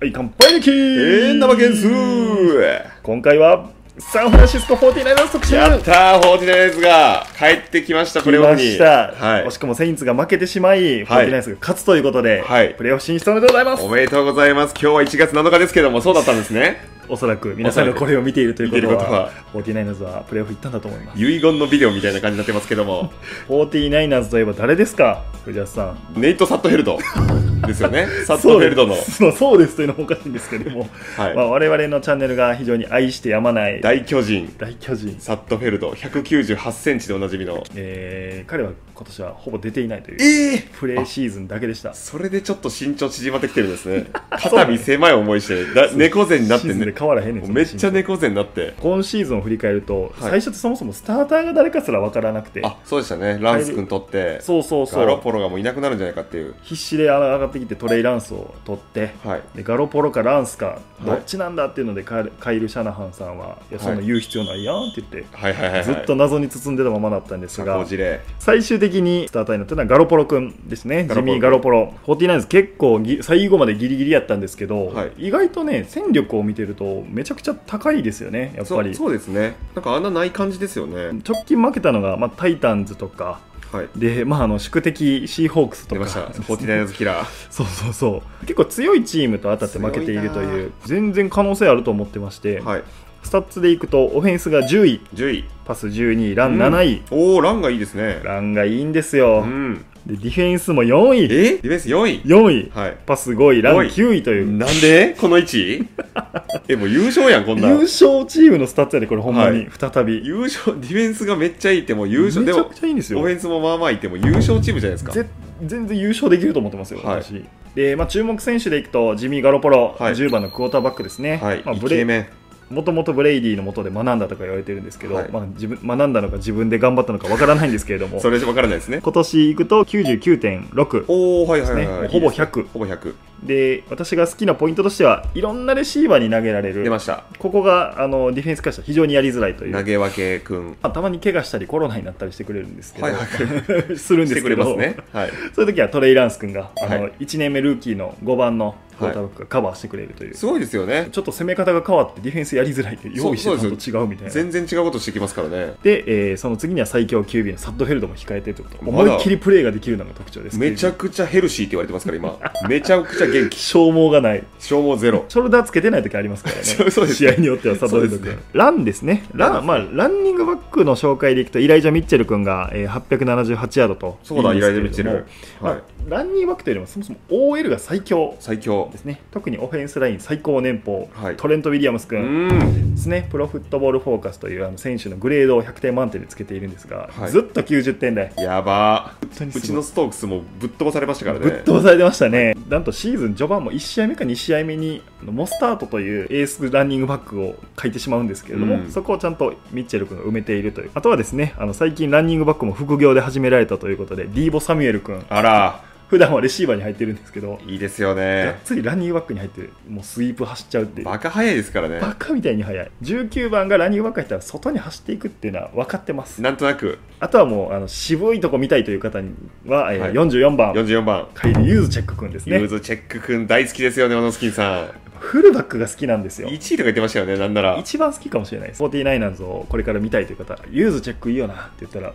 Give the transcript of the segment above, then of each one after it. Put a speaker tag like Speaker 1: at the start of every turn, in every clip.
Speaker 1: はい、乾杯でき
Speaker 2: えー、生件数
Speaker 1: 今回は、サンフランシスコ 49ers 特集
Speaker 2: やったー、フォーティナイズが帰ってきました、プ
Speaker 1: 来
Speaker 2: レオ
Speaker 1: ま
Speaker 2: フに。
Speaker 1: した、
Speaker 2: はい
Speaker 1: 惜しくもセインツが負けてしまい、フォーティナイスが勝つということで、
Speaker 2: はい
Speaker 1: プレーオフ進出おめでとうございます
Speaker 2: おめでとうございます。今日は1月7日ですけども、そうだったんですね。
Speaker 1: おそらく皆さんが
Speaker 2: おそらく
Speaker 1: これを見ているということ
Speaker 2: 見ていること
Speaker 1: は
Speaker 2: は、
Speaker 1: フォーティナイナーズはプレーオフ行ったんだと思います。
Speaker 2: 遺言のビデオみたいな感じになってますけど も、
Speaker 1: フォーティナイナーズといえば誰ですか、藤田さん。
Speaker 2: ネイト・サットフェルドです よね。サットフェルドの。
Speaker 1: そう そうですというのもおかしいんですけども、
Speaker 2: はい
Speaker 1: まあ、我々のチャンネルが非常に愛してやまない
Speaker 2: 大巨人、
Speaker 1: 大巨人、
Speaker 2: サットフェルド、198センチでおなじみの。
Speaker 1: えー彼は今年はほぼ出ていないという
Speaker 2: えー
Speaker 1: プレーシーズンだけでした
Speaker 2: それでちょっと身長縮まってきてるんですね。肩身狭い思いして、だ猫背になっ
Speaker 1: シ
Speaker 2: て
Speaker 1: ーズン
Speaker 2: ね
Speaker 1: で。変わらへんねん
Speaker 2: めっちゃ
Speaker 1: ね
Speaker 2: 猫背になって。
Speaker 1: 今シーズンを振り返ると、最初ってそもそもスターターが誰かすら分からなくて
Speaker 2: あ、そうでしたね。ランス君取って、
Speaker 1: そうそうそ
Speaker 2: ガロ
Speaker 1: う
Speaker 2: ポロがもういなくなるんじゃないかっていう。
Speaker 1: 必死であの上がってきてトレイランスを取って
Speaker 2: はい。
Speaker 1: でガロポロかランスか
Speaker 2: い
Speaker 1: どっちなんだっていうのでカイルカイル・シャナハンさんはいやそんな言う必要ないやんって言って、
Speaker 2: はいはいはいはい。
Speaker 1: ずっと謎に包んでたままだったんです
Speaker 2: 社
Speaker 1: が
Speaker 2: 交辞令。
Speaker 1: 最終的にスターターになったのはガロポロ君ですね、
Speaker 2: ガ
Speaker 1: ジ
Speaker 2: ロポロ
Speaker 1: ミー・ガロポロ、49ers、結構ぎ最後までギリギリやったんですけど、
Speaker 2: はい
Speaker 1: 意外とね、戦力を見てると、めちゃくちゃ高いですよね、やっぱり。
Speaker 2: そうそうですね。なんかあんなない感じですよね。
Speaker 1: 直近負けたのが、まあ、タイタンズとか、
Speaker 2: はい。
Speaker 1: でまあ、あの宿敵シーホークスと
Speaker 2: 出
Speaker 1: か
Speaker 2: ました。フォーティナイナーズキラー。
Speaker 1: そうそうそう結構強いチームと当たって負けているという全然可能性あると思ってま して、
Speaker 2: はい。
Speaker 1: スタッツでいくとオフェンスが10位
Speaker 2: 10位。
Speaker 1: パス12位ラン
Speaker 2: うん
Speaker 1: 7位、
Speaker 2: おお、ランがいいですね。
Speaker 1: ランがいいんです
Speaker 2: う
Speaker 1: よ、
Speaker 2: ん。
Speaker 1: でディフェンスも4位
Speaker 2: えディフェンス4位。
Speaker 1: 4位
Speaker 2: はい。
Speaker 1: パス5位、ラン
Speaker 2: おい
Speaker 1: 9位という、
Speaker 2: なんでこの位置 え、もう優勝やん、こんな
Speaker 1: 優
Speaker 2: ん。
Speaker 1: 勝チームのスタッツやで、これ、ほんま
Speaker 2: は
Speaker 1: に、再び。
Speaker 2: 優勝、ディフェンスがめっちゃいいって、もう優勝。
Speaker 1: め
Speaker 2: で
Speaker 1: ちゃ
Speaker 2: も
Speaker 1: く、ちゃいいんです
Speaker 2: オ
Speaker 1: よ
Speaker 2: フ。ェンスもまあまあいって、もう優勝チームじゃないですか。
Speaker 1: ぜ全然優勝できると思ってますよ、
Speaker 2: はい
Speaker 1: 私。で、まあ、注目選手でいくと、ジミー・ガロポロ、
Speaker 2: はい
Speaker 1: 10番のクォーターバックですね。
Speaker 2: はい。
Speaker 1: まあ、
Speaker 2: イ
Speaker 1: ブ
Speaker 2: ケ
Speaker 1: レ
Speaker 2: メン。
Speaker 1: もともとブレイディのもとで学んだとか言われてるんですけど、
Speaker 2: はい
Speaker 1: まあ、自分学んだのか自分で頑張ったのかわからないんですけれども、
Speaker 2: それじゃわからないですね。
Speaker 1: 今年いくと99.6。
Speaker 2: おおはいはい
Speaker 1: です
Speaker 2: は
Speaker 1: ね
Speaker 2: い。
Speaker 1: ほぼ
Speaker 2: いいですね
Speaker 1: 100
Speaker 2: ほぼ100。
Speaker 1: で、私が好きなポイントとしては、いろんなレシーバーに投げられ
Speaker 2: 出
Speaker 1: る。
Speaker 2: ました。
Speaker 1: ここが、あの、ディフェンスからしたら非常にやりづらいという。
Speaker 2: 投げ分けくん。
Speaker 1: まあ、たまに怪我したりコロナになったりしてくれるんですけど、
Speaker 2: はいは
Speaker 1: するん
Speaker 2: し
Speaker 1: で
Speaker 2: て
Speaker 1: す
Speaker 2: く
Speaker 1: け
Speaker 2: れま
Speaker 1: ど、
Speaker 2: すね。はい。
Speaker 1: そういう時はトレイ・ランス君があの、
Speaker 2: はい
Speaker 1: 1年目ルーキーの5番のクォーターバックがカバーしてくれるという、
Speaker 2: すごいですよね。
Speaker 1: ちょっと攻め方が変わってディフェンスやりづらいという
Speaker 2: そう
Speaker 1: 用意してたのと違うみたいな。
Speaker 2: 全然違うことしてきますからね。
Speaker 1: で、えーその次には最強 QB のサッドフェルドも控えてるということ、
Speaker 2: まだ
Speaker 1: 思いっきりプレーができるのが特徴です。
Speaker 2: めちゃ
Speaker 1: く
Speaker 2: くちゃヘルシーって言われてますから、今。めちゃくちゃ元気。
Speaker 1: 消耗がない、
Speaker 2: 消耗ゼロ。
Speaker 1: ショルダーつけてない時ありますから
Speaker 2: そう
Speaker 1: ね、
Speaker 2: そうです
Speaker 1: 試
Speaker 2: ね
Speaker 1: 合によってはサッドフェルド
Speaker 2: そう
Speaker 1: 君、
Speaker 2: です
Speaker 1: ランですね、ランま
Speaker 2: ラ
Speaker 1: あ、ランニングバックの紹介でいくと、イライジャ・ミッチェル君が、えー878ヤードと
Speaker 2: そうだ、
Speaker 1: いい
Speaker 2: イ
Speaker 1: んで
Speaker 2: ラ
Speaker 1: すけ
Speaker 2: イラ
Speaker 1: れども
Speaker 2: 見てる。
Speaker 1: ま
Speaker 2: は
Speaker 1: あ
Speaker 2: い。、
Speaker 1: ランニングバックというよりもそもそも OL が最強
Speaker 2: 最強
Speaker 1: で。すね特にオフェンスライン最高年俸、
Speaker 2: はい
Speaker 1: トレント・ウィリアムス
Speaker 2: う
Speaker 1: 君
Speaker 2: ん。
Speaker 1: ですねプロフットボールフォーカスというあの選手のグレードを100点満点でつけているんですが、
Speaker 2: はい
Speaker 1: ずっと90点台
Speaker 2: やば
Speaker 1: 本当に
Speaker 2: うち
Speaker 1: すご
Speaker 2: の
Speaker 1: い
Speaker 2: ストークスもぶっ飛ばされましたからね。
Speaker 1: ぶっ飛ばされてましたね、なんとシーズン序盤も1試合目か2試合目にあのモスタートというエースランニングバックを書いてしまうんですけれども、
Speaker 2: うん
Speaker 1: そこをちゃんとミッチェル君が埋めているというあとはですねあの最近ランニングバックも副業で始められたということでディーボ・サミュエル君
Speaker 2: あら、
Speaker 1: 普段はレシーバーに入ってるんですけど
Speaker 2: いいです
Speaker 1: が
Speaker 2: よ
Speaker 1: っ
Speaker 2: ね。
Speaker 1: つりランニングバックに入ってるもうスイープ走っちゃうっていうバ
Speaker 2: バカ早いですからね。
Speaker 1: カみたいに速い19番がランニングバック入ったら外に走っていくっていうのは分かってます
Speaker 2: なんとなく、
Speaker 1: あとはもうあの渋いとこ見たいという方には、えー
Speaker 2: はい
Speaker 1: 44番
Speaker 2: 44番。
Speaker 1: カイル・ユーズチェック君です
Speaker 2: ユー
Speaker 1: ね
Speaker 2: ズチェック君大好きですよね、小野スキンさん。
Speaker 1: フルバックが好きなんですよ
Speaker 2: 1位とか言ってましたよね、なんなら。
Speaker 1: 一番好きかもしれないです49なんぞこれから見たいという方ユーズチェックいいよなって言ったら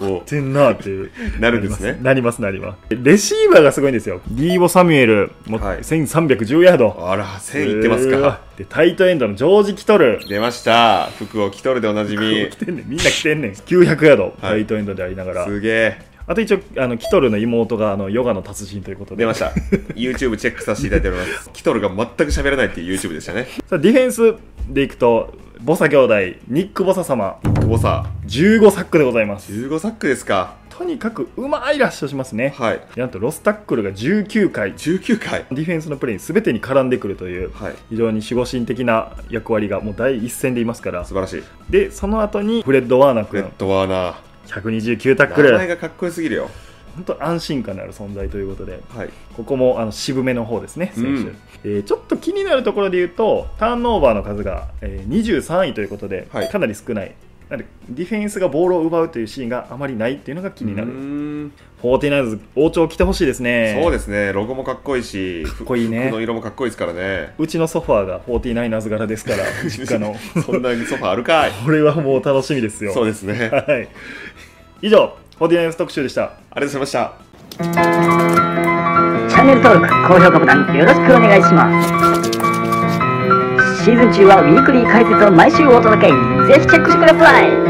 Speaker 2: お
Speaker 1: てんなーっていう
Speaker 2: なるんですね。
Speaker 1: なりますなりますレシーバーがすごいんですよディーボ・サミュエルも
Speaker 2: はい
Speaker 1: 1310ヤード
Speaker 2: あら、1000いってます
Speaker 1: うわ
Speaker 2: か。
Speaker 1: でタイトエンドのジョージ・キトル
Speaker 2: 出ました。服を着とるでおなじみ
Speaker 1: 来。てんねんみんな来てんねん900ヤード、タ
Speaker 2: はい
Speaker 1: イトエンドでありながら
Speaker 2: すげえ。
Speaker 1: あと一応あのキトルの妹があのヨガの達人ということで
Speaker 2: 出ました。YouTube チェックさせていただいております。 キトルが全く喋らないっていう YouTube でしたね。
Speaker 1: さあディフェンスでいくとボサ兄弟ニック・ボサ様
Speaker 2: 久保さん、
Speaker 1: 15サックでございます
Speaker 2: 15サックですか。
Speaker 1: とにかくうまいラッシュをしますね
Speaker 2: はい。
Speaker 1: でなんとロスタックルが19回デ
Speaker 2: 19回。
Speaker 1: ィフェンスのプレーに全てに絡んでくるという
Speaker 2: はい。
Speaker 1: 非常に守護神的な役割がもう第一線でいますから
Speaker 2: 素晴らしい。
Speaker 1: でその後にフレッド・ワーナー
Speaker 2: レッ
Speaker 1: 君
Speaker 2: ドワーナ
Speaker 1: 129タック
Speaker 2: ー。名前
Speaker 1: ル
Speaker 2: がかっこよすぎるよ。
Speaker 1: 本当安心感のある存在ということで
Speaker 2: はい。
Speaker 1: ここもあの渋めの方ですね、選手、
Speaker 2: うん
Speaker 1: えーちょっと気になるところで言うと、ターンオーバーの数が、えー23位ということで、
Speaker 2: はい
Speaker 1: かなり少ない、なんでディフェンスがボールを奪うというシーンがあまりないっていうのが気にな
Speaker 2: う
Speaker 1: る。
Speaker 2: ーん
Speaker 1: フォーティナイズ王朝来てほしいですね。
Speaker 2: そう
Speaker 1: で
Speaker 2: ですねロゴもかっこいいし
Speaker 1: かっこいいね
Speaker 2: ふ服の色もかっこいいですか らね
Speaker 1: うちのソファーがフォーティナイナーズ柄です から、実家の。
Speaker 2: そんなにソファーあるかい
Speaker 1: これはもう楽しみですよ。
Speaker 2: そうですねありがと
Speaker 1: はい。以上、フォーティナイナーズ特集でした。
Speaker 2: うございました
Speaker 3: チャンネル登録、高評価ボタンよろしくお願いします。シーズン中はウィークリー解説を毎週お届け。ぜひチェックしてください。